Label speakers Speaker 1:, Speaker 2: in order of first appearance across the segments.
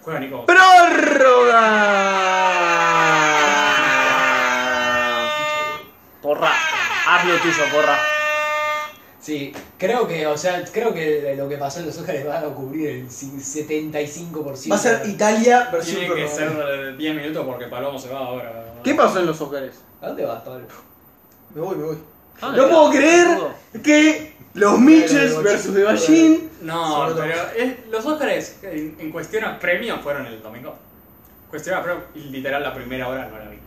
Speaker 1: Juega Nico.
Speaker 2: ¡Prórroga!
Speaker 3: Porra, haz lo tuyo, porra.
Speaker 4: Sí, creo que, o sea, creo que lo que pasó en los Óscares va a cubrir el 75%.
Speaker 2: Va a ser Italia versus
Speaker 1: Tiene que ser
Speaker 2: Portugal.
Speaker 1: de 10 minutos porque Palomo se va ahora.
Speaker 2: ¿Qué pasó en los Óscares?
Speaker 4: ¿A dónde vas, Pablo?
Speaker 2: Me voy, me voy.
Speaker 1: Ah,
Speaker 3: Ah,
Speaker 2: No puedo creer que los
Speaker 4: Bueno,
Speaker 2: Mitchells
Speaker 4: bueno,
Speaker 2: versus The
Speaker 4: bueno.
Speaker 2: Ballin.
Speaker 1: No,
Speaker 2: Sobre todo.
Speaker 1: pero es- los Óscares en, en cuestión a premio fueron el domingo. Cuestión a premio, y literal la primera hora no la vi.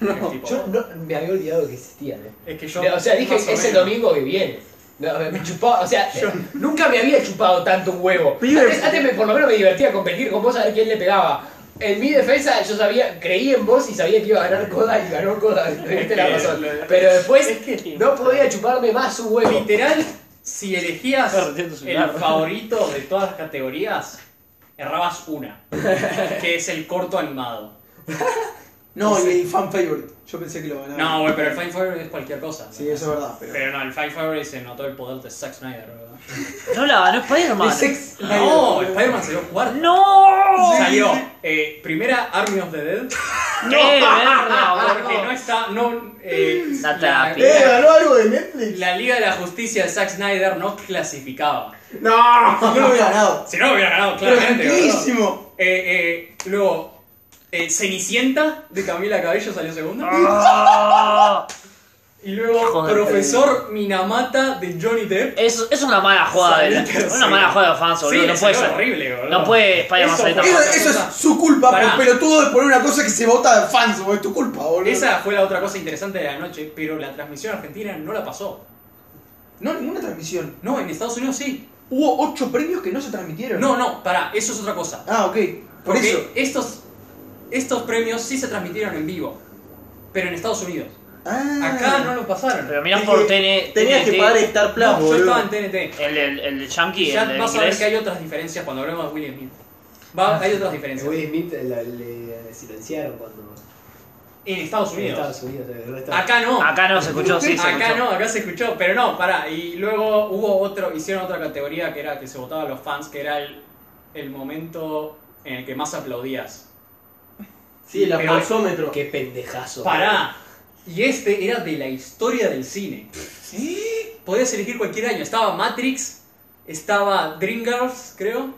Speaker 1: es, tipo-
Speaker 4: Yo no- me había olvidado que existían, ¿eh?
Speaker 1: es que yo.
Speaker 4: o sea, dije,
Speaker 1: más o
Speaker 4: es el
Speaker 1: menos-
Speaker 4: domingo que viene. No, me chupaba, o sea, nunca me había chupado tanto un huevo.
Speaker 2: Pibe.
Speaker 4: Antes, antes me, por lo menos me divertía competir con vos a ver quién le pegaba. En mi defensa yo sabía, creí en vos y sabía que iba a ganar Coda y ganó Coda, tuviste la
Speaker 1: que-
Speaker 4: razón. Pero después
Speaker 1: Es que-
Speaker 4: no podía chuparme más un huevo.
Speaker 1: Literal, si elegías
Speaker 3: Está rompiendo su
Speaker 1: el
Speaker 3: largo.
Speaker 1: favorito de todas las categorías, errabas una, que es el corto animado.
Speaker 2: No, y el fan favorite. Yo pensé que lo ganaba.
Speaker 1: No, güey, pero el Fine Favorite es cualquier cosa.
Speaker 2: Sí, eso es verdad, pero.
Speaker 1: Pero no, el Fine Favorite se notó el poder de Zack Snyder, ¿verdad?
Speaker 3: No la ganó Spider-Man.
Speaker 2: De Sex
Speaker 1: No,
Speaker 2: Snyder.
Speaker 1: Spider-Man salió cuarto.
Speaker 3: ¡No!
Speaker 1: Salió eh, primera Army of the Dead.
Speaker 3: ¡Qué verga,
Speaker 1: Porque
Speaker 3: boludo!
Speaker 1: no está. No, eh,
Speaker 3: La
Speaker 1: la,
Speaker 3: terapia.
Speaker 2: ¡Eh, ganó algo de Netflix!
Speaker 1: la Liga de la Justicia de Zack Snyder no clasificaba.
Speaker 2: ¡No! No lo hubiera ganado.
Speaker 1: Si no, hubiera ganado Ah. claramente. boludo.
Speaker 2: ¡Tranquilísimo!
Speaker 1: Eh, eh, luego, eh, Cenicienta de Camila Cabello salió segunda.
Speaker 3: Ah,
Speaker 1: Y luego,
Speaker 3: Joder,
Speaker 1: Profesor Minamata de Johnny Depp.
Speaker 3: Es, es una mala jugada de
Speaker 1: Salió tercero.
Speaker 3: una mala jugada de fans, boludo.
Speaker 1: Sí,
Speaker 3: no
Speaker 1: le
Speaker 3: puede
Speaker 1: salió
Speaker 3: ser.
Speaker 1: horrible, boludo.
Speaker 3: No puede Spider-Man
Speaker 1: Eso
Speaker 3: salir tan
Speaker 1: fue-
Speaker 3: mal.
Speaker 2: Eso, eso es su culpa,
Speaker 1: Pará.
Speaker 2: pero todo de poner una cosa que se vota de fans, boludo. Es tu culpa, boludo.
Speaker 1: Esa fue la otra cosa interesante de la noche, pero la transmisión argentina no la pasó.
Speaker 2: No, ninguna transmisión.
Speaker 1: No, en Estados Unidos sí.
Speaker 2: Hubo ocho premios que no se transmitieron.
Speaker 1: No, no, pará, eso es otra cosa.
Speaker 2: Ah, ok. Por
Speaker 1: Porque
Speaker 2: eso.
Speaker 1: estos estos premios sí se transmitieron en vivo, pero en Estados Unidos.
Speaker 2: Ah.
Speaker 1: Acá no lo pasaron.
Speaker 3: Pero mirás por TN,
Speaker 5: Tenías que pagar
Speaker 3: el,
Speaker 5: Star Plus,
Speaker 1: No, yo
Speaker 5: boludo.
Speaker 1: estaba en TNT.
Speaker 3: el, el, de Yankee,
Speaker 1: Ya
Speaker 3: el de
Speaker 1: vas a ver que
Speaker 3: inglés.
Speaker 1: hay otras diferencias cuando hablemos de William Smith. Va- hay otras
Speaker 4: A
Speaker 1: diferencias.
Speaker 4: Will Smith la- le silenciaron cuando...
Speaker 1: En Estados
Speaker 4: en
Speaker 1: Unidos.
Speaker 4: Estados Unidos. el resto-
Speaker 1: Acá no.
Speaker 3: Acá no se escuchó, sí, se
Speaker 1: Acá
Speaker 3: escuchó.
Speaker 1: no, acá se escuchó, pero no, pará. Y luego hubo otro, hicieron otra categoría que era que se votaba a los fans, que era el, el momento en el que más aplaudías.
Speaker 5: Sí, el
Speaker 1: Pero-
Speaker 5: aplazómetro.
Speaker 4: Qué pendejazo.
Speaker 1: Pará. Y este era de la historia del cine. Podías elegir cualquier año. Estaba Matrix, estaba Dreamgirls, creo.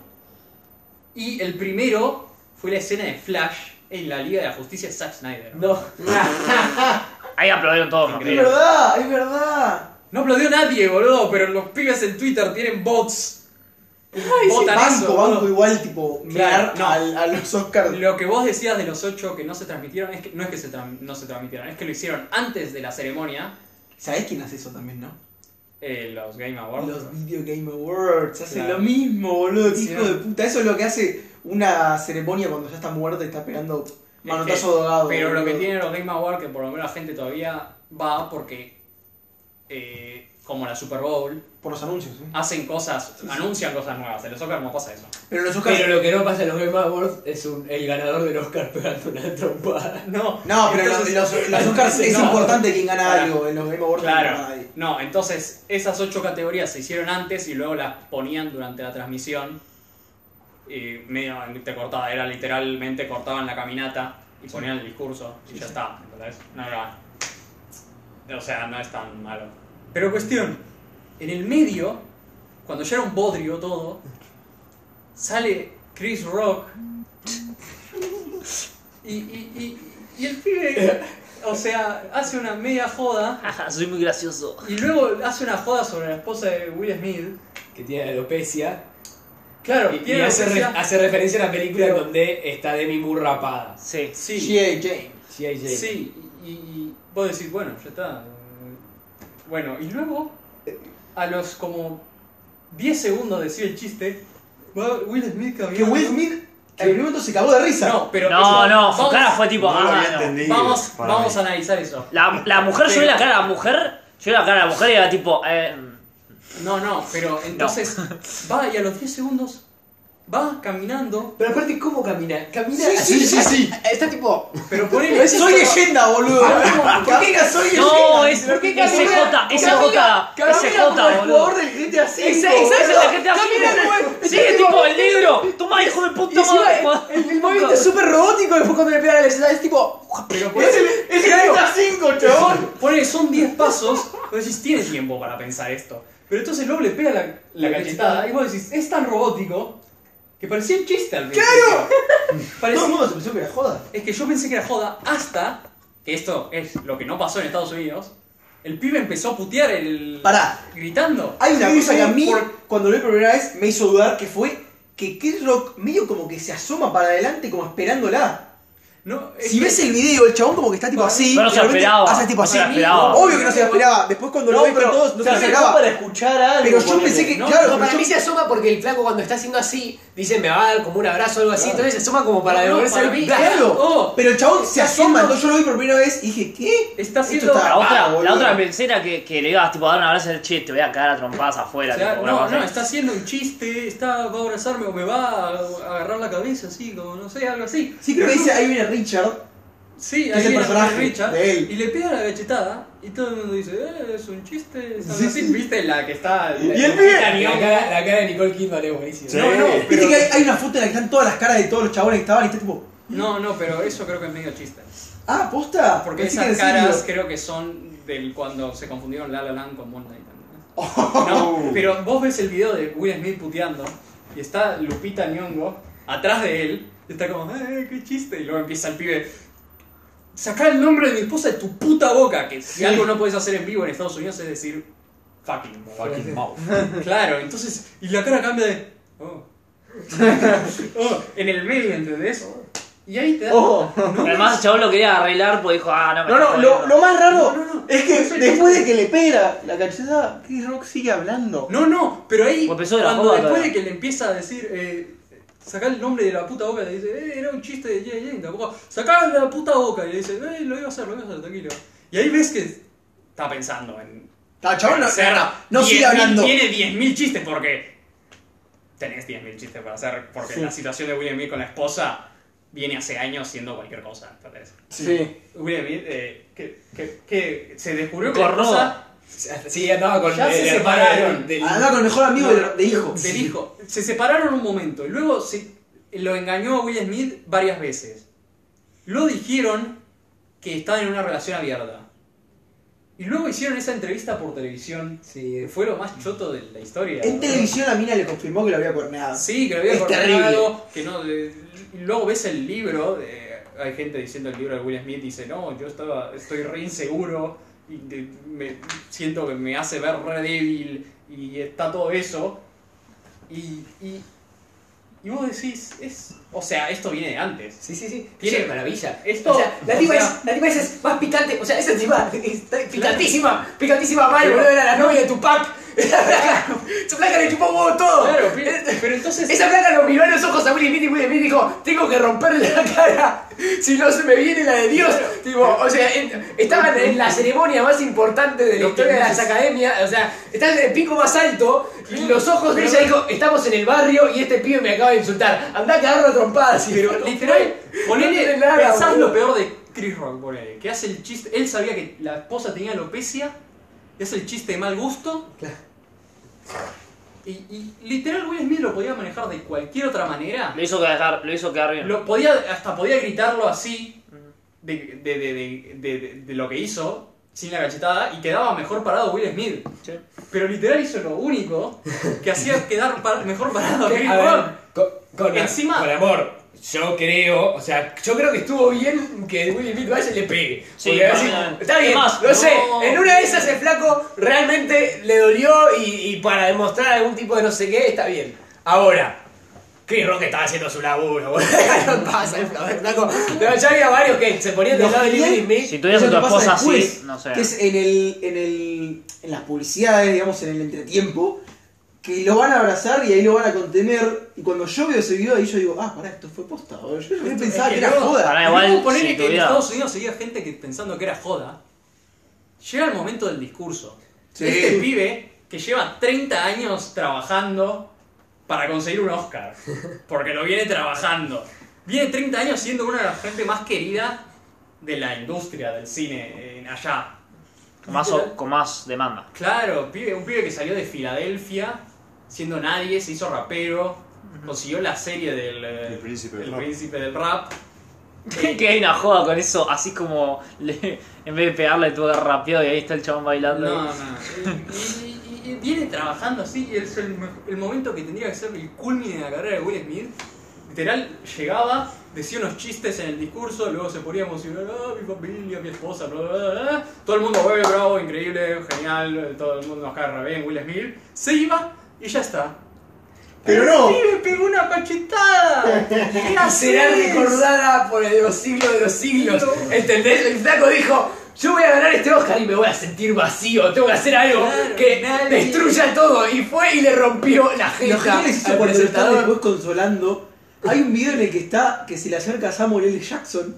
Speaker 1: Y el primero fue la escena de Flash en la Liga de la Justicia de Zack Snyder.
Speaker 4: No.
Speaker 3: Ahí aplaudieron todos, ¿no?
Speaker 2: Es verdad, es verdad.
Speaker 1: No aplaudió nadie, boludo, pero los pibes en Twitter tienen bots. Y votan
Speaker 2: banco,
Speaker 1: eso,
Speaker 2: banco
Speaker 1: boludo.
Speaker 2: igual, tipo, mirar
Speaker 1: no.
Speaker 2: al- a los Oscars.
Speaker 1: Lo que vos decías de los ocho que no se transmitieron, es que no es que se tran- no se transmitieron, es que lo hicieron antes de la ceremonia,
Speaker 2: ¿Sabés quién hace eso también, no?
Speaker 1: eh, los Game Awards.
Speaker 2: Los Video Game Awards. Hacen
Speaker 1: Claro.
Speaker 2: lo mismo, boludo.
Speaker 1: Sí,
Speaker 2: Hijo
Speaker 1: ¿no?
Speaker 2: de puta. Eso es lo que hace una ceremonia cuando ya está muerta y está pegando manotazo
Speaker 1: Es que-
Speaker 2: dogado.
Speaker 1: Pero lo
Speaker 2: boludo.
Speaker 1: que tienen los Game Awards, que por lo menos la gente todavía va porque, eh, como la Super Bowl,
Speaker 2: Por los anuncios, ¿eh?
Speaker 1: hacen cosas, anuncian cosas nuevas. En los Oscars no pasa eso.
Speaker 2: Pero los Oscars.
Speaker 4: Pero lo que no pasa en los Game Awards es un- el ganador del Oscar pegando una trompada.
Speaker 1: No,
Speaker 2: No, pero
Speaker 1: entonces-
Speaker 2: los, los- los Oscars es
Speaker 1: No.
Speaker 2: importante quién gana
Speaker 1: Pará.
Speaker 2: algo. En los Game Awards no gana
Speaker 1: Claro.
Speaker 2: nadie.
Speaker 1: No, entonces esas ocho categorías se hicieron antes y luego las ponían durante la transmisión. Y medio te cortaba, era literalmente cortaban la caminata y ponían el discurso y ya está. ¿entendés? No era- O sea, no es tan malo. Pero cuestión, en el medio, cuando ya era un bodrio todo, sale Chris Rock y, y, y, y el pibe, o sea, hace una media joda.
Speaker 3: Ajá, soy muy gracioso.
Speaker 1: Y luego hace una joda sobre la esposa de Will Smith.
Speaker 4: Que tiene alopecia.
Speaker 1: Claro,
Speaker 4: Y, y
Speaker 1: tiene la
Speaker 4: hace, re-
Speaker 1: esencia-
Speaker 4: hace referencia a una película
Speaker 1: Pero-
Speaker 4: donde está Demi Moore rapada.
Speaker 3: Sí.
Speaker 1: Sí,
Speaker 2: G.A. Jane.
Speaker 4: G.I. Jane.
Speaker 1: sí. Y, y vos decís, bueno, ya está. eh, Bueno, y luego, a los como 10 segundos de decir el chiste, va Will Smith
Speaker 2: Que
Speaker 1: caminando.
Speaker 2: Will Smith al primer momento se cagó de risa.
Speaker 1: No, pero.
Speaker 3: No,
Speaker 1: eso-
Speaker 3: no, su
Speaker 1: vamos-
Speaker 3: cara fue tipo.
Speaker 5: No lo
Speaker 3: ah,
Speaker 5: había
Speaker 3: no.
Speaker 5: entendido.
Speaker 1: Vamos,
Speaker 5: para
Speaker 1: vamos a
Speaker 5: mí.
Speaker 1: analizar eso.
Speaker 3: La, la mujer, yo vi la cara de la mujer, yo vi la cara de la mujer y era tipo. Eh,
Speaker 1: No, no, pero entonces va y a los 10 segundos va caminando,
Speaker 4: Pero aparte, ¿cómo camina? Camina
Speaker 2: Sí,
Speaker 4: así.
Speaker 2: sí, sí, sí.
Speaker 4: Está tipo.
Speaker 1: pero ponele.
Speaker 2: Es- Soy leyenda,
Speaker 1: Ah,
Speaker 2: boludo. Camina, soy leyenda.
Speaker 3: No, es
Speaker 4: ¿Por qué camina?
Speaker 3: SJ,
Speaker 4: Camina,
Speaker 3: SJ,
Speaker 4: camina como el
Speaker 3: SJ, boludo.
Speaker 2: del GTA V,
Speaker 3: Ese, ese es el de
Speaker 2: boludo.
Speaker 3: GTA
Speaker 2: Camina como
Speaker 3: V. Sí, es tipo el negro. Toma, hijo de
Speaker 4: Y
Speaker 3: puta
Speaker 4: encima,
Speaker 3: madre.
Speaker 4: el, el movimiento es súper robótico. Y después, cuando le pegan a la escena, es tipo.
Speaker 1: Pero
Speaker 2: Es el,
Speaker 1: ponele,
Speaker 2: es el GTA V, chabón.
Speaker 1: ponele, son 10 pasos, vos decís, tiene tiempo para pensar esto. Pero entonces luego le pega la, la cachetada y vos decís, es tan robótico que parecía un chiste al principio.
Speaker 2: Todo
Speaker 1: Parecía-
Speaker 2: el mundo se pensó que era joda.
Speaker 1: Es que yo pensé que era joda hasta que esto es lo que no pasó en Estados Unidos. El pibe empezó a putear el.
Speaker 2: Pará.
Speaker 1: Gritando.
Speaker 2: Hay una
Speaker 1: O sea,
Speaker 2: cosa que a mí,
Speaker 1: por-
Speaker 2: cuando lo vi por primera vez, me hizo dudar que fue que Kid Rock medio como que se asoma para adelante, como esperándola.
Speaker 1: No, es
Speaker 2: Si
Speaker 1: que-
Speaker 2: ves el video, el chabón como que está tipo así.
Speaker 3: No se
Speaker 2: de repente
Speaker 3: esperaba.
Speaker 2: Hace tipo
Speaker 3: No
Speaker 2: así.
Speaker 3: se esperaba.
Speaker 2: Obvio que no se la esperaba. Después cuando lo ven con todos, no se
Speaker 5: se
Speaker 2: la
Speaker 5: acercó
Speaker 2: esperaba.
Speaker 5: para escuchar algo.
Speaker 2: Pero yo
Speaker 5: ponele.
Speaker 2: pensé que,
Speaker 1: No,
Speaker 2: claro,
Speaker 4: No,
Speaker 2: pero
Speaker 4: para
Speaker 2: yo-
Speaker 4: mí se asoma porque el flaco cuando está haciendo así, dice me va a dar como un abrazo o algo así, entonces se asoma como para
Speaker 1: No, no,
Speaker 4: devolverse
Speaker 1: para
Speaker 4: al
Speaker 1: mí,
Speaker 4: plan.
Speaker 2: Claro,
Speaker 1: Oh.
Speaker 2: pero el chabón se
Speaker 1: Está haciendo-
Speaker 2: asoma, entonces yo lo vi por primera vez y dije, ¿qué?
Speaker 1: Está
Speaker 2: Esto
Speaker 1: haciendo-
Speaker 2: está
Speaker 3: La otra,
Speaker 2: bárbaro,
Speaker 3: la
Speaker 2: Ah, boludo.
Speaker 3: otra mesera que, que le ibas tipo a dar una abrazo del che, te voy a cagar a trompadas afuera.
Speaker 1: o sea,
Speaker 3: tipo, una
Speaker 1: no,
Speaker 3: cosa
Speaker 1: no,
Speaker 3: así.
Speaker 1: está haciendo un chiste, está, va a abrazarme o me va a a agarrar la cabeza, así, como no sé, algo así.
Speaker 2: Sí, creo que
Speaker 1: Pero
Speaker 2: dice,
Speaker 1: no-
Speaker 2: ahí viene Richard.
Speaker 1: Sí,
Speaker 2: es
Speaker 1: ahí
Speaker 2: el
Speaker 1: viene
Speaker 2: personaje
Speaker 1: Richard,
Speaker 2: de él.
Speaker 1: Y le pega la cachetada y todo el mundo dice, eh, es un chiste, es algo
Speaker 2: Sí,
Speaker 1: así.
Speaker 2: sí.
Speaker 1: ¿Viste la que está.
Speaker 2: Y el
Speaker 4: La
Speaker 2: pibe.
Speaker 4: cara, la cara de Nicole Kidman es buenísima.
Speaker 1: No, no,
Speaker 2: Viste
Speaker 1: pero-
Speaker 2: que hay, hay una foto en la que están todas las caras de todos los chabones que estaban y está tipo,
Speaker 1: No, no, pero eso creo que es medio chiste.
Speaker 2: ah, posta.
Speaker 1: Porque
Speaker 2: Pensé
Speaker 1: esas
Speaker 2: que era en
Speaker 1: caras
Speaker 2: serio.
Speaker 1: creo que son del cuando se confundieron La La Land con Moon Knight. ¿entendés? No, pero vos ves el video de Will Smith puteando y está Lupita Nyong'o atrás de él y está como, ¡eh, qué chiste! Y luego empieza el pibe, sacá el nombre de mi esposa de tu puta boca, que si algo no puedes hacer en vivo en Estados Unidos es decir, fucking, boludo.
Speaker 4: Fucking mouth.
Speaker 1: Claro, entonces, y la cara cambia de, oh. Oh, en el medio, ¿entendés? Y ahí te da...
Speaker 2: Ojo.
Speaker 1: No,
Speaker 3: Además, el chabón lo quería arreglar porque dijo, ah, no me
Speaker 2: No, no,
Speaker 3: está
Speaker 2: lo,
Speaker 3: jodiendo.
Speaker 2: lo más raro
Speaker 1: No, no, no.
Speaker 2: es que después de que le pega la cachetada, Chris Rock sigue hablando.
Speaker 1: No, no, pero ahí
Speaker 3: O empezó Pues de la
Speaker 1: cuando
Speaker 3: joda,
Speaker 1: después de
Speaker 3: claro.
Speaker 1: que le empieza a decir, eh, sacá el nombre de la puta boca, le dice, eh, era un chiste de Jay Jay, tampoco, sacá la puta boca, y le dice, eh, lo iba a hacer, lo iba a hacer, tranquilo. Y ahí ves que está pensando en...
Speaker 2: Ah, chabón, no,
Speaker 1: hacer
Speaker 2: no
Speaker 1: 10.000
Speaker 2: sigue hablando.
Speaker 1: Tiene 10.000 chistes porque... Tenés 10.000 chistes para hacer, porque
Speaker 2: Sí.
Speaker 1: la situación de William Smith con la esposa viene hace años siendo cualquier cosa, ¿entendés?
Speaker 2: Sí.
Speaker 1: William Smith, eh, que, que, que se descubrió que la
Speaker 3: Cornudo.
Speaker 1: esposa
Speaker 4: Sí, andaba con
Speaker 1: Ya
Speaker 4: el
Speaker 1: se
Speaker 4: hermano
Speaker 1: separaron.
Speaker 4: del-
Speaker 2: Hablaba Ah, con el mejor amigo
Speaker 1: No,
Speaker 2: de, de hijo.
Speaker 1: del hijo. Se separaron un momento y luego se, lo engañó a Will Smith varias veces. Lo dijeron que estaban en una relación abierta. Y luego hicieron esa entrevista por televisión.
Speaker 4: Sí,
Speaker 1: que Fue lo más choto de la historia.
Speaker 2: En televisión la mina le confirmó que lo había cuerneado.
Speaker 1: Sí, que lo había
Speaker 2: Es
Speaker 1: cortado, que no. de- y luego ves el libro, de- hay gente diciendo el libro de Will Smith, dice, no, yo estaba, estoy re inseguro, y de- me, siento que me hace ver re débil, y está todo eso. Y, y, y vos decís, es, o sea, esto viene de antes.
Speaker 4: sí, sí. sí.
Speaker 1: Tiene-
Speaker 4: Qué maravilla.
Speaker 1: Esto-
Speaker 4: o sea, la
Speaker 1: o
Speaker 4: tipa,
Speaker 1: sea-
Speaker 4: es, la tipa es, es más picante. O sea, esa tipa está picantísima. Picantísima mal, boludo. Era la novia de Tupac. Esa placa, esa placa le chupó huevo todo.
Speaker 1: Claro, pero, pero entonces...
Speaker 4: Esa placa lo miró en los ojos a Will Smith y Will Smith dijo, tengo que romperle la cara, si no se me viene la de Dios. Tipo, o sea, en- estaban en la ceremonia más importante de la
Speaker 1: Lo
Speaker 4: historia de
Speaker 1: que
Speaker 4: las
Speaker 1: dices.
Speaker 4: academias, o sea, estaban en el pico más alto y los ojos de ella dijo, estamos en el barrio y este pibe me acaba de insultar, andá a cagarlo a trompadas. Y
Speaker 1: Pero literal, ponele,
Speaker 4: tiene nada,
Speaker 1: pensás
Speaker 4: boludo.
Speaker 1: lo peor de Chris Rock, ponele, que hace el chiste, él sabía que la esposa tenía alopecia, y hace el chiste de mal gusto.
Speaker 2: Claro.
Speaker 1: Y, y literal Will Smith lo podía manejar de cualquier otra manera.
Speaker 3: Lo hizo quedar, lo hizo quedar bien.
Speaker 1: Lo podía, hasta podía gritarlo así de, de, de, de- de- de- de lo que hizo sin la cachetada y quedaba mejor parado Will Smith.
Speaker 3: Sí.
Speaker 1: Pero literal hizo lo único que hacía quedar par- mejor parado a
Speaker 4: Que,
Speaker 1: Chris
Speaker 4: a ver,
Speaker 1: Rock.
Speaker 4: con, con-
Speaker 1: Encima-
Speaker 4: con amor, yo creo, o sea, yo creo que estuvo bien que Will Smith vaya y le pegue.
Speaker 3: Sí,
Speaker 4: Porque
Speaker 3: para
Speaker 4: así-
Speaker 3: mí también.
Speaker 4: está bien,
Speaker 3: Además,
Speaker 4: lo
Speaker 1: no.
Speaker 4: sé, en una de esas el flaco realmente le dolió y, y para demostrar algún tipo de no sé qué, está bien. Ahora. Chris Rock estaba haciendo su laburo, boludo. No pasa el flaco, el flaco. No, ya había varios que se ponían del
Speaker 2: Lo
Speaker 4: lado de Will
Speaker 2: genial-
Speaker 4: Smith.
Speaker 3: Si tuvieras a
Speaker 2: Eso
Speaker 3: tu
Speaker 2: te pasa
Speaker 3: esposa así,
Speaker 2: después,
Speaker 3: no sé.
Speaker 2: Que es en el, en el. en las publicidades, digamos, en el entretiempo, que lo van a abrazar y ahí lo van a contener. Y cuando yo veo ese video ahí yo digo, ah, pará, esto fue posta, boludo. Yo no pensaba
Speaker 1: que
Speaker 2: que, era
Speaker 1: no.
Speaker 2: joda.
Speaker 3: Pará,
Speaker 1: Pero
Speaker 3: igual,
Speaker 1: luego ponele
Speaker 3: si
Speaker 1: que en
Speaker 3: tuviera-
Speaker 1: Estados Unidos seguía gente que pensando que era joda. Llega el momento del discurso.
Speaker 2: Sí.
Speaker 1: Este pibe que lleva 30 años trabajando para conseguir un Oscar. Porque lo viene trabajando. Viene 30 años siendo una de las gente más querida de la industria del cine en allá.
Speaker 3: Con más, o- con más demanda.
Speaker 1: Claro, pibe- un pibe que salió de Filadelfia, siendo nadie, se hizo rapero, consiguió la serie del eh,
Speaker 6: El príncipe del
Speaker 1: El
Speaker 6: rap.
Speaker 1: príncipe del rap.
Speaker 3: que hay una joda con eso, así como le- en vez de pegarle tuvo que rapeado y ahí está el chabón bailando.
Speaker 1: No, no. Y, y- y- y viene trabajando así, y es el, me- el momento que tendría que ser el culmine de la carrera de Will Smith. Literal, llegaba, decía unos chistes en el discurso, luego se ponía a emocionar, ah, mi familia, mi esposa, bla, bla, bla, bla. Todo el mundo, "Güey, bravo, increíble, genial, todo el mundo nos agarra bien, Will Smith. Se iba y ya está.
Speaker 2: Pero no.
Speaker 1: Sí, me pegó una cachetada. ¿Qué
Speaker 4: será
Speaker 1: haces?
Speaker 4: recordada por el- los siglos de los siglos.
Speaker 1: No.
Speaker 4: ¿Entendés? El flaco dijo, yo voy a ganar este Oscar y me voy a sentir vacío, tengo que hacer algo
Speaker 1: Claro,
Speaker 4: que
Speaker 1: nadie-
Speaker 4: destruya todo. Y fue y le rompió la
Speaker 2: Lo
Speaker 4: jeta
Speaker 2: genial es eso
Speaker 4: al
Speaker 2: cuando lo están
Speaker 4: presentador.
Speaker 2: después consolando. Hay un video en el que está, que se le acerca a Samuel L. Jackson,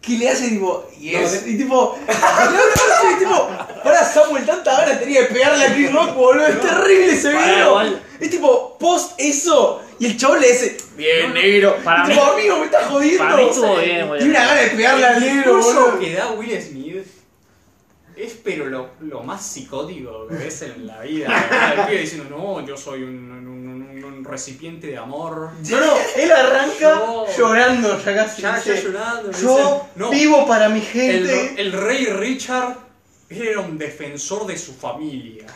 Speaker 2: que le hace tipo, yes. y tipo, y le hace tipo, pará Samuel, tanta ganas tenía de pegarle a Chris Rock, boludo, es terrible ese
Speaker 3: Pará,
Speaker 2: video.
Speaker 3: igual.
Speaker 2: Es tipo, post eso, y el chabón le dice, bien negro,
Speaker 3: Para
Speaker 2: y tipo,
Speaker 3: mí-
Speaker 2: amigo, me estás jodiendo.
Speaker 3: Para mí estuvo bien,
Speaker 2: y una
Speaker 3: boludo.
Speaker 2: gana de pegarle al
Speaker 1: El
Speaker 2: negro,
Speaker 1: discurso
Speaker 2: boludo.
Speaker 1: que da Will Smith es pero lo, lo más psicótico que ves en la vida. El pibe diciendo, no, yo soy un, un- un- un recipiente de amor.
Speaker 2: No, no, él arranca
Speaker 1: No.
Speaker 2: llorando ya casi.
Speaker 1: Ya, ya
Speaker 2: dice,
Speaker 1: llorando. le
Speaker 2: Yo
Speaker 1: dicen, no,
Speaker 2: vivo para mi
Speaker 1: el,
Speaker 2: gente.
Speaker 1: el rey Richard era un defensor de su familia.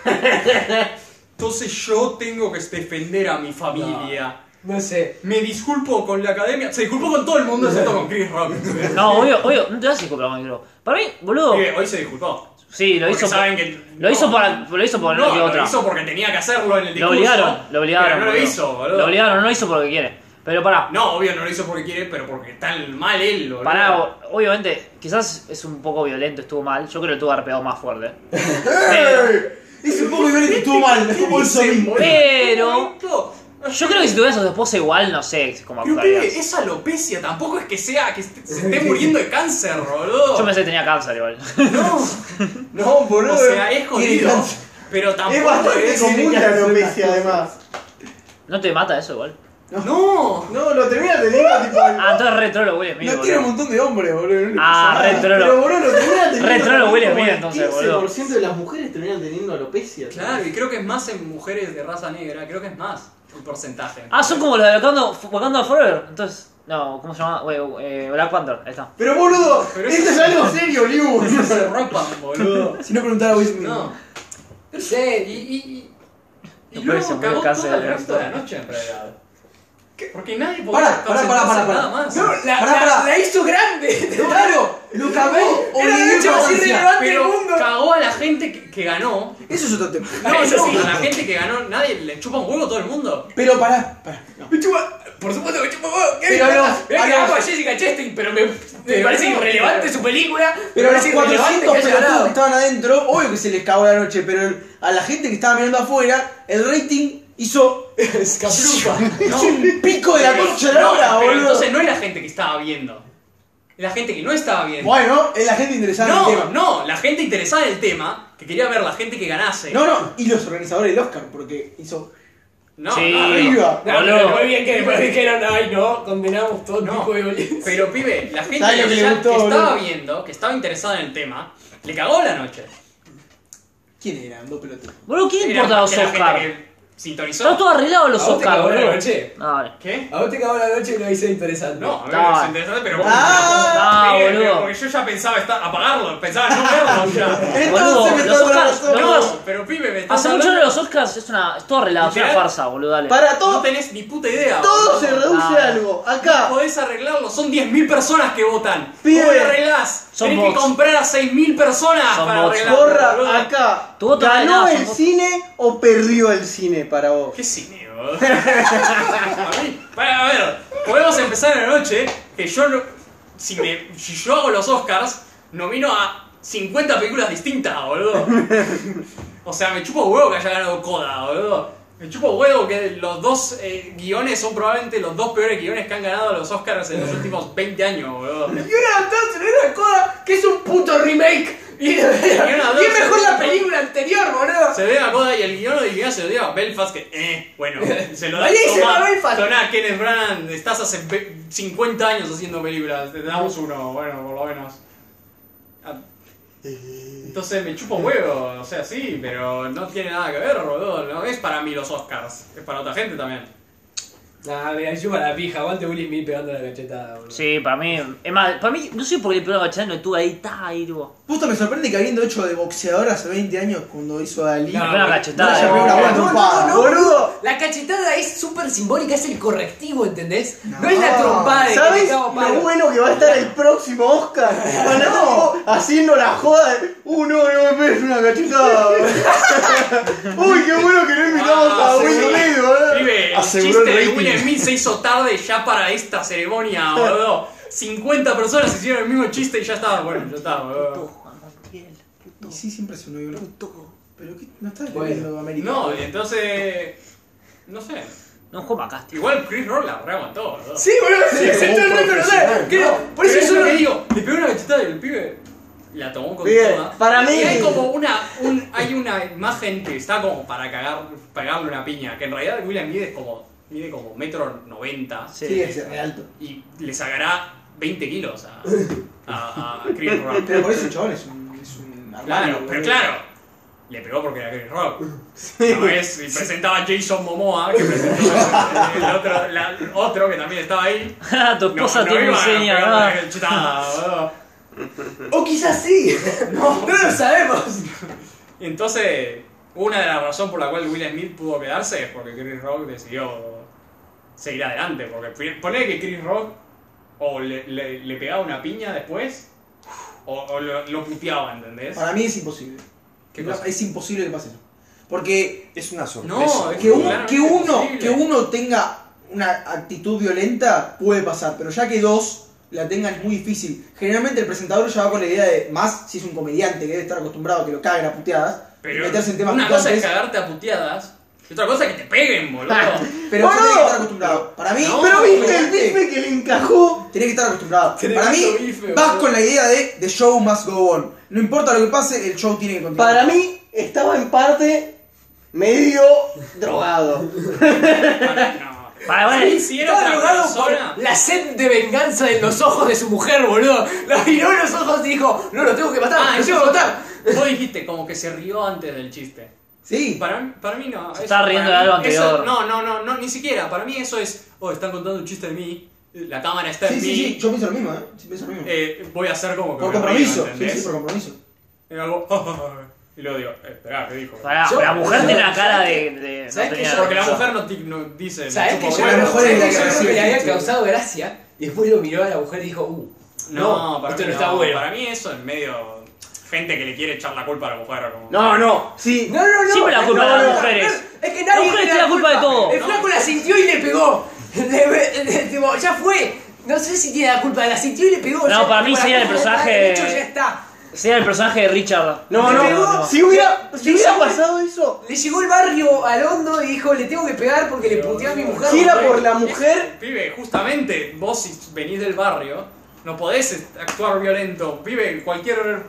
Speaker 1: Entonces yo tengo que defender a mi familia.
Speaker 4: No sé.
Speaker 1: Me disculpo con la academia. Se disculpó con todo el mundo excepto con Chris Rock.
Speaker 3: No, obvio, obvio, no te das disculpa con el micro. Para mí, boludo.
Speaker 1: Pibe, Hoy se disculpó.
Speaker 3: Sí, lo
Speaker 1: Porque
Speaker 3: hizo.
Speaker 1: saben
Speaker 3: por-
Speaker 1: que
Speaker 3: Lo
Speaker 1: no.
Speaker 3: hizo para. Lo hizo por no, que
Speaker 1: No,
Speaker 3: otra.
Speaker 1: lo hizo porque tenía que hacerlo en el
Speaker 3: Lo
Speaker 1: discurso.
Speaker 3: obligaron, lo obligaron.
Speaker 1: Pero no lo
Speaker 3: boludo.
Speaker 1: hizo, boludo.
Speaker 3: Lo obligaron, no lo hizo porque quiere. Pero pará,
Speaker 1: No, obvio no lo hizo porque quiere, pero porque está mal él, boludo.
Speaker 3: pará, o- obviamente, quizás es un poco violento, estuvo mal. Yo creo que tuvo que haber pegado más fuerte. Pero,
Speaker 2: Es un poco igual que estuvo mal, es como el sonido.
Speaker 3: pero yo creo que si tuviera a su esposa igual, no sé cómo
Speaker 1: Pero
Speaker 3: actuaría.
Speaker 1: pibe, es alopecia, tampoco es que sea que est- se esté muriendo de cáncer, boludo.
Speaker 3: Yo pensé que tenía cáncer igual.
Speaker 1: No,
Speaker 2: No, boludo.
Speaker 1: o sea, es
Speaker 2: Tiene
Speaker 1: jodido.
Speaker 2: cáncer.
Speaker 1: Pero tampoco
Speaker 2: Es bastante
Speaker 1: es-
Speaker 2: común la alopecia, además.
Speaker 3: ¿No te mata eso igual?
Speaker 1: No,
Speaker 5: No, lo termina teniendo tipo.
Speaker 3: Ah, entonces re trolo Will Smith,
Speaker 2: No tiene un
Speaker 3: boludo.
Speaker 2: montón de hombres, boludo. no le
Speaker 3: Ah,
Speaker 2: pasa nada.
Speaker 3: re trolo.
Speaker 5: Pero boludo, lo termina teniendo.
Speaker 3: Re trolo Will Smith,
Speaker 5: como el
Speaker 3: entonces, boludo.
Speaker 5: 15% de las mujeres terminan teniendo alopecia.
Speaker 1: claro, y creo que es más en mujeres de raza negra, creo que es más el porcentaje.
Speaker 3: Ah, son como los de Wakanda, Wakanda Forever. Entonces, no, ¿cómo se llama? Bueno, eh, Black Panther, ahí está.
Speaker 2: Pero boludo,
Speaker 1: Pero
Speaker 2: esto es
Speaker 1: eso-
Speaker 2: algo serio, Liu.
Speaker 1: se rompan, boludo.
Speaker 2: Si no preguntar a Will Smith.
Speaker 1: No. No sé, y. y, y, y
Speaker 3: No puede
Speaker 1: luego
Speaker 3: ser muy
Speaker 1: cagó
Speaker 3: alcance
Speaker 1: todo el
Speaker 3: de
Speaker 1: resto de la
Speaker 3: verdad.
Speaker 1: noche en realidad. Porque nadie podía
Speaker 2: Pará, pará,
Speaker 1: concentrarse
Speaker 2: pará, pará,
Speaker 1: en nada
Speaker 2: pará.
Speaker 1: más.
Speaker 4: No, la,
Speaker 2: Pará,
Speaker 4: la-
Speaker 2: pará.
Speaker 4: la hizo grande.
Speaker 2: Claro, lo cagó o
Speaker 4: Era
Speaker 2: le
Speaker 4: de
Speaker 2: dio
Speaker 4: hecho más
Speaker 2: importancia.
Speaker 4: irrelevante del
Speaker 1: pero
Speaker 4: mundo.
Speaker 1: cagó a la gente que, que ganó.
Speaker 2: Eso es otro tema.
Speaker 1: No,
Speaker 4: eso
Speaker 1: no,
Speaker 4: sí.
Speaker 1: a la gente que ganó, nadie le chupa un huevo a todo el mundo.
Speaker 2: Pero pará, pará. no.
Speaker 4: Me chupa- por supuesto que chupa huevo. ¿Qué
Speaker 2: Pero
Speaker 4: me
Speaker 2: no,
Speaker 4: importa? Mirá
Speaker 2: a
Speaker 4: que
Speaker 2: los-
Speaker 4: amo a Jessica Chastain, pero me, me parece irrelevante su película.
Speaker 2: Pero
Speaker 4: me
Speaker 2: los
Speaker 4: parece irrelevante
Speaker 2: 400
Speaker 4: que haya
Speaker 2: pelotudos
Speaker 4: ganado.
Speaker 2: que estaban adentro, obvio que se les cagó la noche, pero a la gente que estaba mirando afuera, el rating hizo
Speaker 1: Escaprufa. No.
Speaker 2: un pico de la concha de la
Speaker 1: No,
Speaker 2: hora,
Speaker 1: pero
Speaker 2: boludo.
Speaker 1: entonces no es la gente que estaba viendo. Es la gente que no estaba viendo.
Speaker 2: Bueno, es la gente interesada en el
Speaker 1: no,
Speaker 2: tema.
Speaker 1: no, la gente interesada en el tema, que quería ver la gente que ganase.
Speaker 2: No, no, y los organizadores del Oscar, porque hizo.
Speaker 1: no,
Speaker 3: Sí.
Speaker 1: no, no.
Speaker 2: Arriba.
Speaker 4: No,
Speaker 3: Boludo.
Speaker 4: pero muy bien que después dijeron, ay no, condenamos todo
Speaker 1: No,
Speaker 4: tipo de violencia.
Speaker 1: pero pibe, la gente
Speaker 2: ¿Sabes lo que
Speaker 1: que,
Speaker 2: le
Speaker 1: ya-
Speaker 2: gustó,
Speaker 1: que
Speaker 2: boludo?
Speaker 1: estaba viendo, que estaba interesada en el tema, le cagó la noche.
Speaker 2: ¿Quién eran? Dos pelotudos.
Speaker 3: Boludo, ¿qué
Speaker 1: Era
Speaker 3: importa
Speaker 1: más
Speaker 3: los
Speaker 1: que la gente
Speaker 3: Oscar?
Speaker 1: que
Speaker 3: Está
Speaker 1: ¿Sintonizó?
Speaker 3: todo arreglado los
Speaker 4: ¿A vos te eh.
Speaker 3: Oscar,
Speaker 4: cagó la
Speaker 3: boludo.
Speaker 4: noche?
Speaker 3: No, dale.
Speaker 1: ¿Qué?
Speaker 4: A vos te cagó la noche y lo hice interesante.
Speaker 1: No, a mí
Speaker 3: No.
Speaker 1: me es interesante, pero vos-
Speaker 2: Ah,
Speaker 1: Pibe,
Speaker 3: boludo.
Speaker 1: pero Porque yo ya pensaba estar- apagarlo, pensaba no verlo ya.
Speaker 2: Entonces me
Speaker 3: los
Speaker 2: está dando la
Speaker 3: Oscars,
Speaker 2: razón.
Speaker 3: los Oscars.
Speaker 1: No, pero pibe, me estás
Speaker 3: Hace mucho
Speaker 1: hablando-
Speaker 3: de los Oscars es una. Es todo arreglado, es una
Speaker 1: Literal.
Speaker 3: farsa, boludo, dale.
Speaker 2: Para
Speaker 1: No
Speaker 2: todo,
Speaker 1: tenés ni puta idea.
Speaker 2: todo
Speaker 1: boludo.
Speaker 2: se reduce
Speaker 3: Ah.
Speaker 2: a algo.
Speaker 1: No
Speaker 2: Acá,
Speaker 1: podés arreglarlo, son 10.000 personas que votan.
Speaker 2: Pibe.
Speaker 1: ¿Cómo lo arreglás?
Speaker 3: Son
Speaker 1: tenés que
Speaker 3: bots.
Speaker 1: comprar a 6.000 personas
Speaker 3: Son
Speaker 1: para
Speaker 3: bots.
Speaker 1: arreglarlo. boludo.
Speaker 2: borra, acá.
Speaker 3: Tu voto vale
Speaker 2: ¿Ganó
Speaker 3: nada,
Speaker 2: el
Speaker 3: son-
Speaker 2: cine o perdió el cine para vos?
Speaker 1: ¿Qué cine, boludo? a mí, para, a ver, podemos empezar en la noche que yo no- si, me- si yo hago los Oscars, nomino a 50 películas distintas, boludo. O sea, me chupo huevo que haya ganado Coda, boludo. Me chupo huevo que los dos eh, guiones son probablemente los dos peores guiones que han ganado los Oscars en los últimos 20 años, boludo.
Speaker 4: Y una adaptación era de Coda, que es un puto remake Y,
Speaker 1: una, dos,
Speaker 4: y es mejor
Speaker 1: tres.
Speaker 4: la película anterior, boludo.
Speaker 1: Se ve a Goda y el guion original se lo dio a Belfast, que, eh, bueno, se lo da
Speaker 4: Ahí se
Speaker 1: tomá,
Speaker 4: va Belfast.
Speaker 1: Tomá, Kenneth Branagh, estás hace ve- 50 años haciendo películas, te damos uno, bueno, por lo menos. Ah, Entonces me chupo un huevo, o sea, sí, pero no tiene nada que ver, boludo, no es para mí los Oscars, es para otra gente también.
Speaker 4: Nah, mira, chupa la pija, aguante Will Smith pegando la cachetada, boludo.
Speaker 3: Sí, para mí. Es más, para mí, no sé por qué el programa chano estuvo ahí, está ahí, tipo.
Speaker 1: Ah.
Speaker 2: Justo me sorprende que habiendo hecho de boxeador hace 20 años cuando hizo a
Speaker 3: Me
Speaker 2: Ali.
Speaker 3: pegó una
Speaker 4: güey.
Speaker 2: no
Speaker 3: cachetada.
Speaker 2: haya
Speaker 3: eh.
Speaker 2: pegado una
Speaker 4: No,
Speaker 2: buena
Speaker 4: no,
Speaker 2: trompada.
Speaker 4: no, no,
Speaker 2: boludo.
Speaker 4: La cachetada es súper simbólica, es el correctivo, ¿entendés? No, es la trompada de que te
Speaker 5: ¿Sabes
Speaker 4: cago a palo.
Speaker 5: lo bueno que va a estar el próximo Oscar? No, haciendo la joda de. Uh, no, no me pegues una cachetada. Uy, qué bueno que no invitamos
Speaker 1: Ah,
Speaker 5: a Will
Speaker 1: sí.
Speaker 5: Smith, boludo.
Speaker 1: Vive, el
Speaker 5: Aseguró el
Speaker 1: chiste de
Speaker 5: rating.
Speaker 1: Will Smith se hizo tarde ya para esta ceremonia, boludo. 50 personas hicieron el mismo chiste y ya estaba, bueno, ya estaba, boludo.
Speaker 2: Y sí, siempre se unió uno. Pero que no estás
Speaker 4: Bueno.
Speaker 2: viendo América.
Speaker 1: No, entonces. No sé.
Speaker 3: No juego acá, tío.
Speaker 1: Igual Chris Rock la reaguantó, boludo.
Speaker 4: Sí, boludo, sí,
Speaker 5: como
Speaker 4: se
Speaker 5: un
Speaker 4: todo el mundo lo sabe.
Speaker 5: profesional,
Speaker 4: Creo-
Speaker 5: ¿no?
Speaker 4: Por eso
Speaker 1: Pero
Speaker 4: yo
Speaker 1: lo
Speaker 4: lo
Speaker 1: que digo. Le pegó una cachetada y el pibe la tomó con
Speaker 5: Bien,
Speaker 1: toda.
Speaker 5: para
Speaker 1: Y
Speaker 5: mí-
Speaker 1: hay como una. un- hay una imagen que está como para cagar, pegarle una piña. Que en realidad Will Smith es como. Mide como metro noventa.
Speaker 5: Sí, es re alto.
Speaker 1: Y le sacará 20 kilos a, a, a Chris Rock.
Speaker 2: Pero por eso el chabón es un, es un armario,
Speaker 1: Claro,
Speaker 2: boludo.
Speaker 1: pero claro. Le pegó porque era Chris Rock. No es, y presentaba a Jason Momoa, que presentó el, el otro, la- otro que también estaba ahí.
Speaker 3: Ah, tu esposa
Speaker 1: no
Speaker 3: tiene
Speaker 1: iba a
Speaker 3: enseña,
Speaker 1: pegarle
Speaker 3: ¿verdad?
Speaker 1: una cachetada, boludo.
Speaker 4: O quizás sí. No, no lo sabemos.
Speaker 1: Entonces, una de las razones por la cual Will Smith pudo quedarse es porque Chris Rock decidió seguir adelante. Porque pone que Chris Rock o le, le- le pegaba una piña después o, o lo, lo puteaba, ¿entendés?
Speaker 2: Para mí es imposible.
Speaker 1: ¿Qué
Speaker 2: No,
Speaker 1: cosa?
Speaker 2: es imposible que pase eso. Porque
Speaker 6: Es una sorpresa.
Speaker 1: No, es
Speaker 2: que, un-
Speaker 1: Claramente
Speaker 2: que uno,
Speaker 1: imposible.
Speaker 2: que uno tenga una actitud violenta puede pasar, pero ya que dos la tengan es muy difícil. Generalmente el presentador ya va con la idea de, más si es un comediante que debe estar acostumbrado a que lo caguen a puteadas,
Speaker 1: Pero
Speaker 2: meterse en temas
Speaker 1: una cosa es
Speaker 2: picantes.
Speaker 1: cagarte a puteadas y otra cosa es que te peguen, boludo.
Speaker 2: Pero uno
Speaker 5: ¡Boludo!
Speaker 2: tiene que estar acostumbrado. Para mí,
Speaker 1: No,
Speaker 5: Pero
Speaker 2: un
Speaker 5: viste el
Speaker 2: comediante
Speaker 5: bife que le encajó.
Speaker 2: Tenés que estar acostumbrado.
Speaker 4: Tenés
Speaker 2: Para mí,
Speaker 4: gato bife,
Speaker 2: vas
Speaker 4: boludo.
Speaker 2: con la idea de The Show Must Go On. No importa lo que pase, el show tiene que continuar.
Speaker 5: Para mí, estaba en parte medio drogado.
Speaker 1: Para mí no.
Speaker 3: Para, bueno,
Speaker 1: Sí, sí, era
Speaker 4: Estaba
Speaker 1: otra
Speaker 4: drogado
Speaker 1: persona.
Speaker 4: por la sed de venganza en los ojos de su mujer, boludo. La miró en los ojos y dijo, no, lo tengo que matar,
Speaker 1: Ah,
Speaker 4: lo tengo que matar.
Speaker 1: Vos dijiste como que se rió antes del chiste.
Speaker 2: Sí.
Speaker 1: Para, mí- para mí no.
Speaker 3: Se está
Speaker 1: Eso-
Speaker 3: riendo
Speaker 1: para
Speaker 3: de algo
Speaker 1: mí- eso-
Speaker 3: anterior.
Speaker 1: no, no, no, no, ni siquiera. Para mí eso es, oh, están contando un chiste de mí, la cámara está
Speaker 2: Sí,
Speaker 1: en
Speaker 2: sí,
Speaker 1: mí,
Speaker 2: sí. Yo pienso lo mismo, ¿eh? Sí, pienso lo mismo.
Speaker 1: eh, voy a hacer como que me
Speaker 2: por
Speaker 1: río,
Speaker 2: compromiso. Sí,
Speaker 1: ¿entendés?
Speaker 2: sí, por compromiso.
Speaker 1: Y hago, "Oh, oh, oh", y luego digo, eh, esperá, ¿qué dijo?
Speaker 3: Pará,
Speaker 4: Yo-
Speaker 3: la mujer
Speaker 4: yo-
Speaker 3: tiene la
Speaker 4: ¿sabes
Speaker 3: cara de.
Speaker 4: qué?
Speaker 3: de
Speaker 4: ¿Sabes qué?
Speaker 3: tenía-
Speaker 1: Porque la mujer no, ti- no dice, me
Speaker 4: ¿Sabes
Speaker 1: chupa
Speaker 4: que yo
Speaker 1: huevo.
Speaker 2: a lo mejor
Speaker 4: ¿sabes
Speaker 2: es la
Speaker 4: que yo
Speaker 2: que
Speaker 4: creo que
Speaker 2: recibe
Speaker 4: le
Speaker 2: el
Speaker 4: había
Speaker 2: chiste.
Speaker 4: causado gracia? Y después lo miró a la mujer y dijo, uh,
Speaker 1: No, para
Speaker 4: esto
Speaker 1: mí
Speaker 4: no está bueno.
Speaker 1: Para mí eso es medio gente que le quiere echar la culpa a la mujer. Como...
Speaker 5: No, no, sí.
Speaker 4: No, no, no.
Speaker 3: Siempre la culpa
Speaker 4: no,
Speaker 3: de las
Speaker 4: no, no,
Speaker 3: mujeres.
Speaker 4: no, Es que nadie
Speaker 3: Las mujeres
Speaker 4: tiene
Speaker 3: tienen la culpa de todo.
Speaker 4: El flaco la sintió y le pegó. Le- le- le- tipo, ya fue. No sé si tiene la culpa, la sintió y le pegó.
Speaker 3: No,
Speaker 4: ya
Speaker 3: para
Speaker 4: fue,
Speaker 3: mí sería
Speaker 4: la
Speaker 3: el
Speaker 4: culpa,
Speaker 3: personaje-
Speaker 4: hecho, ya está.
Speaker 3: Sí, era el personaje de Richard.
Speaker 5: No,
Speaker 4: Le
Speaker 5: no,
Speaker 4: pegó,
Speaker 5: no. Si hubiera,
Speaker 4: le-
Speaker 5: si hubiera
Speaker 4: le-
Speaker 5: pasado eso,
Speaker 4: Le llegó el barrio al hondo y dijo, le tengo que pegar porque le puteó a mi mujer.
Speaker 5: si era
Speaker 4: boludo".
Speaker 5: por la mujer,
Speaker 1: Pibe, justamente, vos si venís del barrio, no podés actuar violento. Pibe, cualquier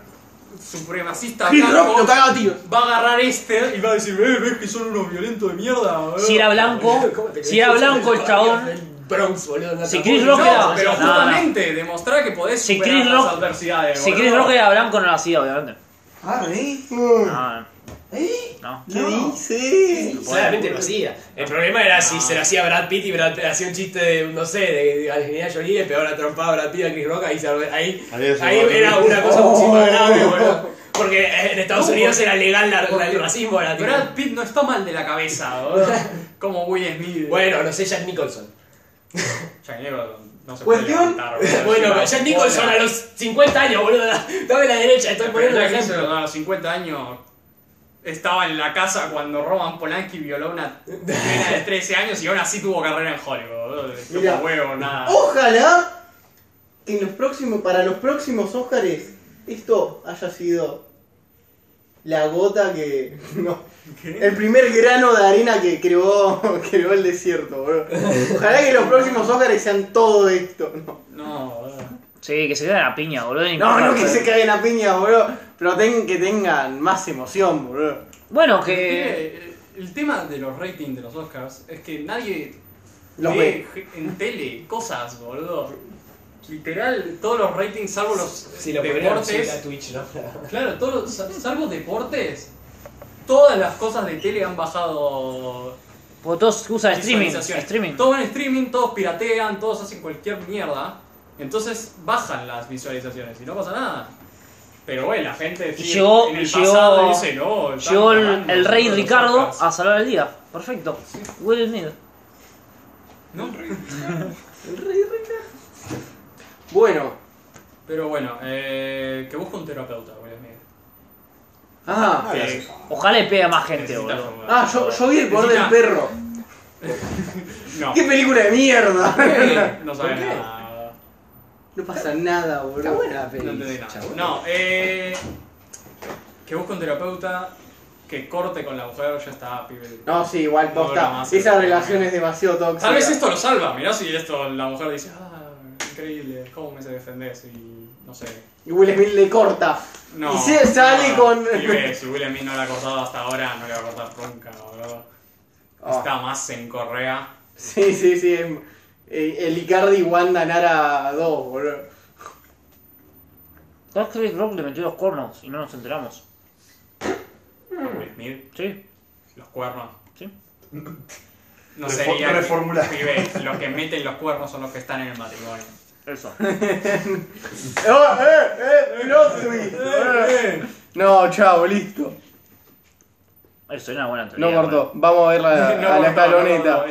Speaker 1: supremacista
Speaker 2: Chris
Speaker 1: blanco
Speaker 2: Rock lo cagaba a tiros.
Speaker 1: va a agarrar este y va a decir, eh, ves que son unos violentos de mierda. eh". boludo".
Speaker 3: Si era blanco,
Speaker 4: ¿Cómo te
Speaker 3: si era
Speaker 4: crees?
Speaker 3: blanco el chabón.
Speaker 4: Del Bronx, boludo. no
Speaker 3: Si
Speaker 4: te
Speaker 3: Chris
Speaker 1: No,
Speaker 4: acuerdas.
Speaker 3: Rock era-
Speaker 1: pero
Speaker 3: No, no.
Speaker 1: justamente demostrar que podés
Speaker 3: Si
Speaker 1: superar
Speaker 3: Chris
Speaker 1: las
Speaker 3: Rock-
Speaker 1: adversidades.
Speaker 3: Si
Speaker 1: boludo.
Speaker 3: Chris Rock era blanco, no lo hacía, obviamente.
Speaker 2: Ah, ¿eh?
Speaker 3: No, no.
Speaker 2: ¿Eh?
Speaker 3: no.
Speaker 5: ¿qué
Speaker 2: No.
Speaker 5: dice?
Speaker 4: Claramente Pues lo hacía. El problema era si se lo hacía a Brad Pitt y Brad Pitt hacía un chiste de, no sé, de de Angelina Jolie y le pegaba una trompada a Brad Pitt a Chris Rock, ahí, se- ahí,
Speaker 6: Adiós,
Speaker 4: ahí
Speaker 6: Brad Pitt.
Speaker 4: era una cosa muchísimo más grave, boludo. Porque eh, en Estados Unidos era legal la, la- el racismo. Era, tipo,
Speaker 1: Brad Pitt no está mal de la cabeza, boludo. como Will Smith.
Speaker 4: bueno, no sé, Jack Nicholson.
Speaker 1: Jack Nicholson no se
Speaker 5: Cuestión-
Speaker 1: puede levantar, boludo.
Speaker 4: Bueno,
Speaker 1: Encima,
Speaker 4: Jack Nicholson a
Speaker 1: joda.
Speaker 4: los 50 años, boludo, dame la derecha, estoy
Speaker 1: Pero
Speaker 4: poniendo un
Speaker 1: Jack Nicholson
Speaker 4: ejemplo.
Speaker 1: a los 50 años estaba en la casa cuando Roman Polanski violó una nena de 13 años y aún así tuvo carrera en Hollywood. boludo. Chupa
Speaker 5: Mirá.
Speaker 1: huevo, nada.
Speaker 4: Oh.
Speaker 5: Ojalá que en los próximos, para los próximos Óscares esto haya sido la gota que. No. El primer grano de arena que creó, creó el desierto, bro. Ojalá que los próximos Óscares sean todo esto. No.
Speaker 1: No, boludo.
Speaker 3: Sí, que se quede la piña, boludo.
Speaker 5: No,
Speaker 3: importa,
Speaker 5: no que
Speaker 3: pero-
Speaker 5: se caguen a piña, boludo. Pero ten- que tengan más emoción, boludo.
Speaker 3: Bueno, que.
Speaker 1: Tiene- eh, El tema de los ratings de los Oscars es que nadie
Speaker 5: Los
Speaker 1: ve en tele cosas, boludo. Literal, todos los ratings, salvo los eh,
Speaker 4: Si lo podrían subir a
Speaker 1: deportes.
Speaker 4: Twitch, ¿no?
Speaker 1: Claro, todos los- sal- salvo deportes, todas las cosas de tele han bajado.
Speaker 3: Porque todos usan streaming.
Speaker 1: visualizaciones.
Speaker 3: Streaming.
Speaker 1: Todo en streaming, todos piratean, todos hacen cualquier mierda. Entonces bajan las visualizaciones y no pasa nada. Pero bueno, la gente
Speaker 3: Y
Speaker 1: sí,
Speaker 3: llegó-
Speaker 1: en el
Speaker 3: llegó-
Speaker 1: pasado dice no. están
Speaker 3: Llegó el,
Speaker 1: cagando,
Speaker 3: el rey
Speaker 1: los
Speaker 3: Ricardo
Speaker 1: Oscars".
Speaker 3: a salvar el día. Perfecto. Will Smith.
Speaker 1: ¿No?
Speaker 5: Bueno.
Speaker 1: Pero bueno, eh, que busque un terapeuta, Will Smith.
Speaker 5: Ah,
Speaker 1: Que
Speaker 3: Ojalá le pegue a más gente,
Speaker 1: necesita
Speaker 3: boludo.
Speaker 1: ayuda.
Speaker 5: ah yo, yo vi el poder del
Speaker 1: Necesita-
Speaker 5: perro.
Speaker 1: No,
Speaker 5: ¡Qué película de mierda!
Speaker 1: no sabe
Speaker 4: ¿Por qué?
Speaker 1: nada.
Speaker 5: No pasa nada, boludo.
Speaker 4: Está buena la peli.
Speaker 1: No entendí nada.
Speaker 4: Chabón.
Speaker 1: No, eh, que busque un terapeuta que corte con la mujer, ya está, pibe.
Speaker 5: No, sí, igual
Speaker 1: No,
Speaker 5: posta.
Speaker 1: no, más,
Speaker 5: Esa
Speaker 1: no,
Speaker 5: relación
Speaker 1: no.
Speaker 5: es demasiado tóxica.
Speaker 1: Tal vez esto lo salva, mirá si esto la mujer dice, ah, increíble, ¿cómo me se defendés? Y no sé.
Speaker 5: Y Will Smith le corta.
Speaker 1: No, Ah,
Speaker 5: Y se sale
Speaker 1: no,
Speaker 5: con-
Speaker 1: pibe, si Will Smith no la ha cortado hasta ahora, no le va a cortar nunca, boludo.
Speaker 5: Ah.
Speaker 1: Está más en Correa.
Speaker 5: Sí, sí, sí. es- eh, El Icardi Wanda Nara 2, boludo. Eh,
Speaker 3: ¿Sabes que Chris Rock le metió los cuernos y no nos enteramos?
Speaker 1: Will Smith,
Speaker 3: Sí,
Speaker 1: los cuernos.
Speaker 3: sí.
Speaker 1: No
Speaker 6: Refo-
Speaker 1: sería
Speaker 6: reformular.
Speaker 1: Pibe, los que meten los cuernos son los que están en el matrimonio.
Speaker 3: Eso.
Speaker 5: ¡Oh, eh, eh! plot twist, eh. No, chavo, listo.
Speaker 3: Eso es una buena teoría.
Speaker 5: No
Speaker 3: boludo.
Speaker 5: cortó. Vamos a verla a la
Speaker 1: cortó, no
Speaker 5: escaloneta.
Speaker 1: cortó.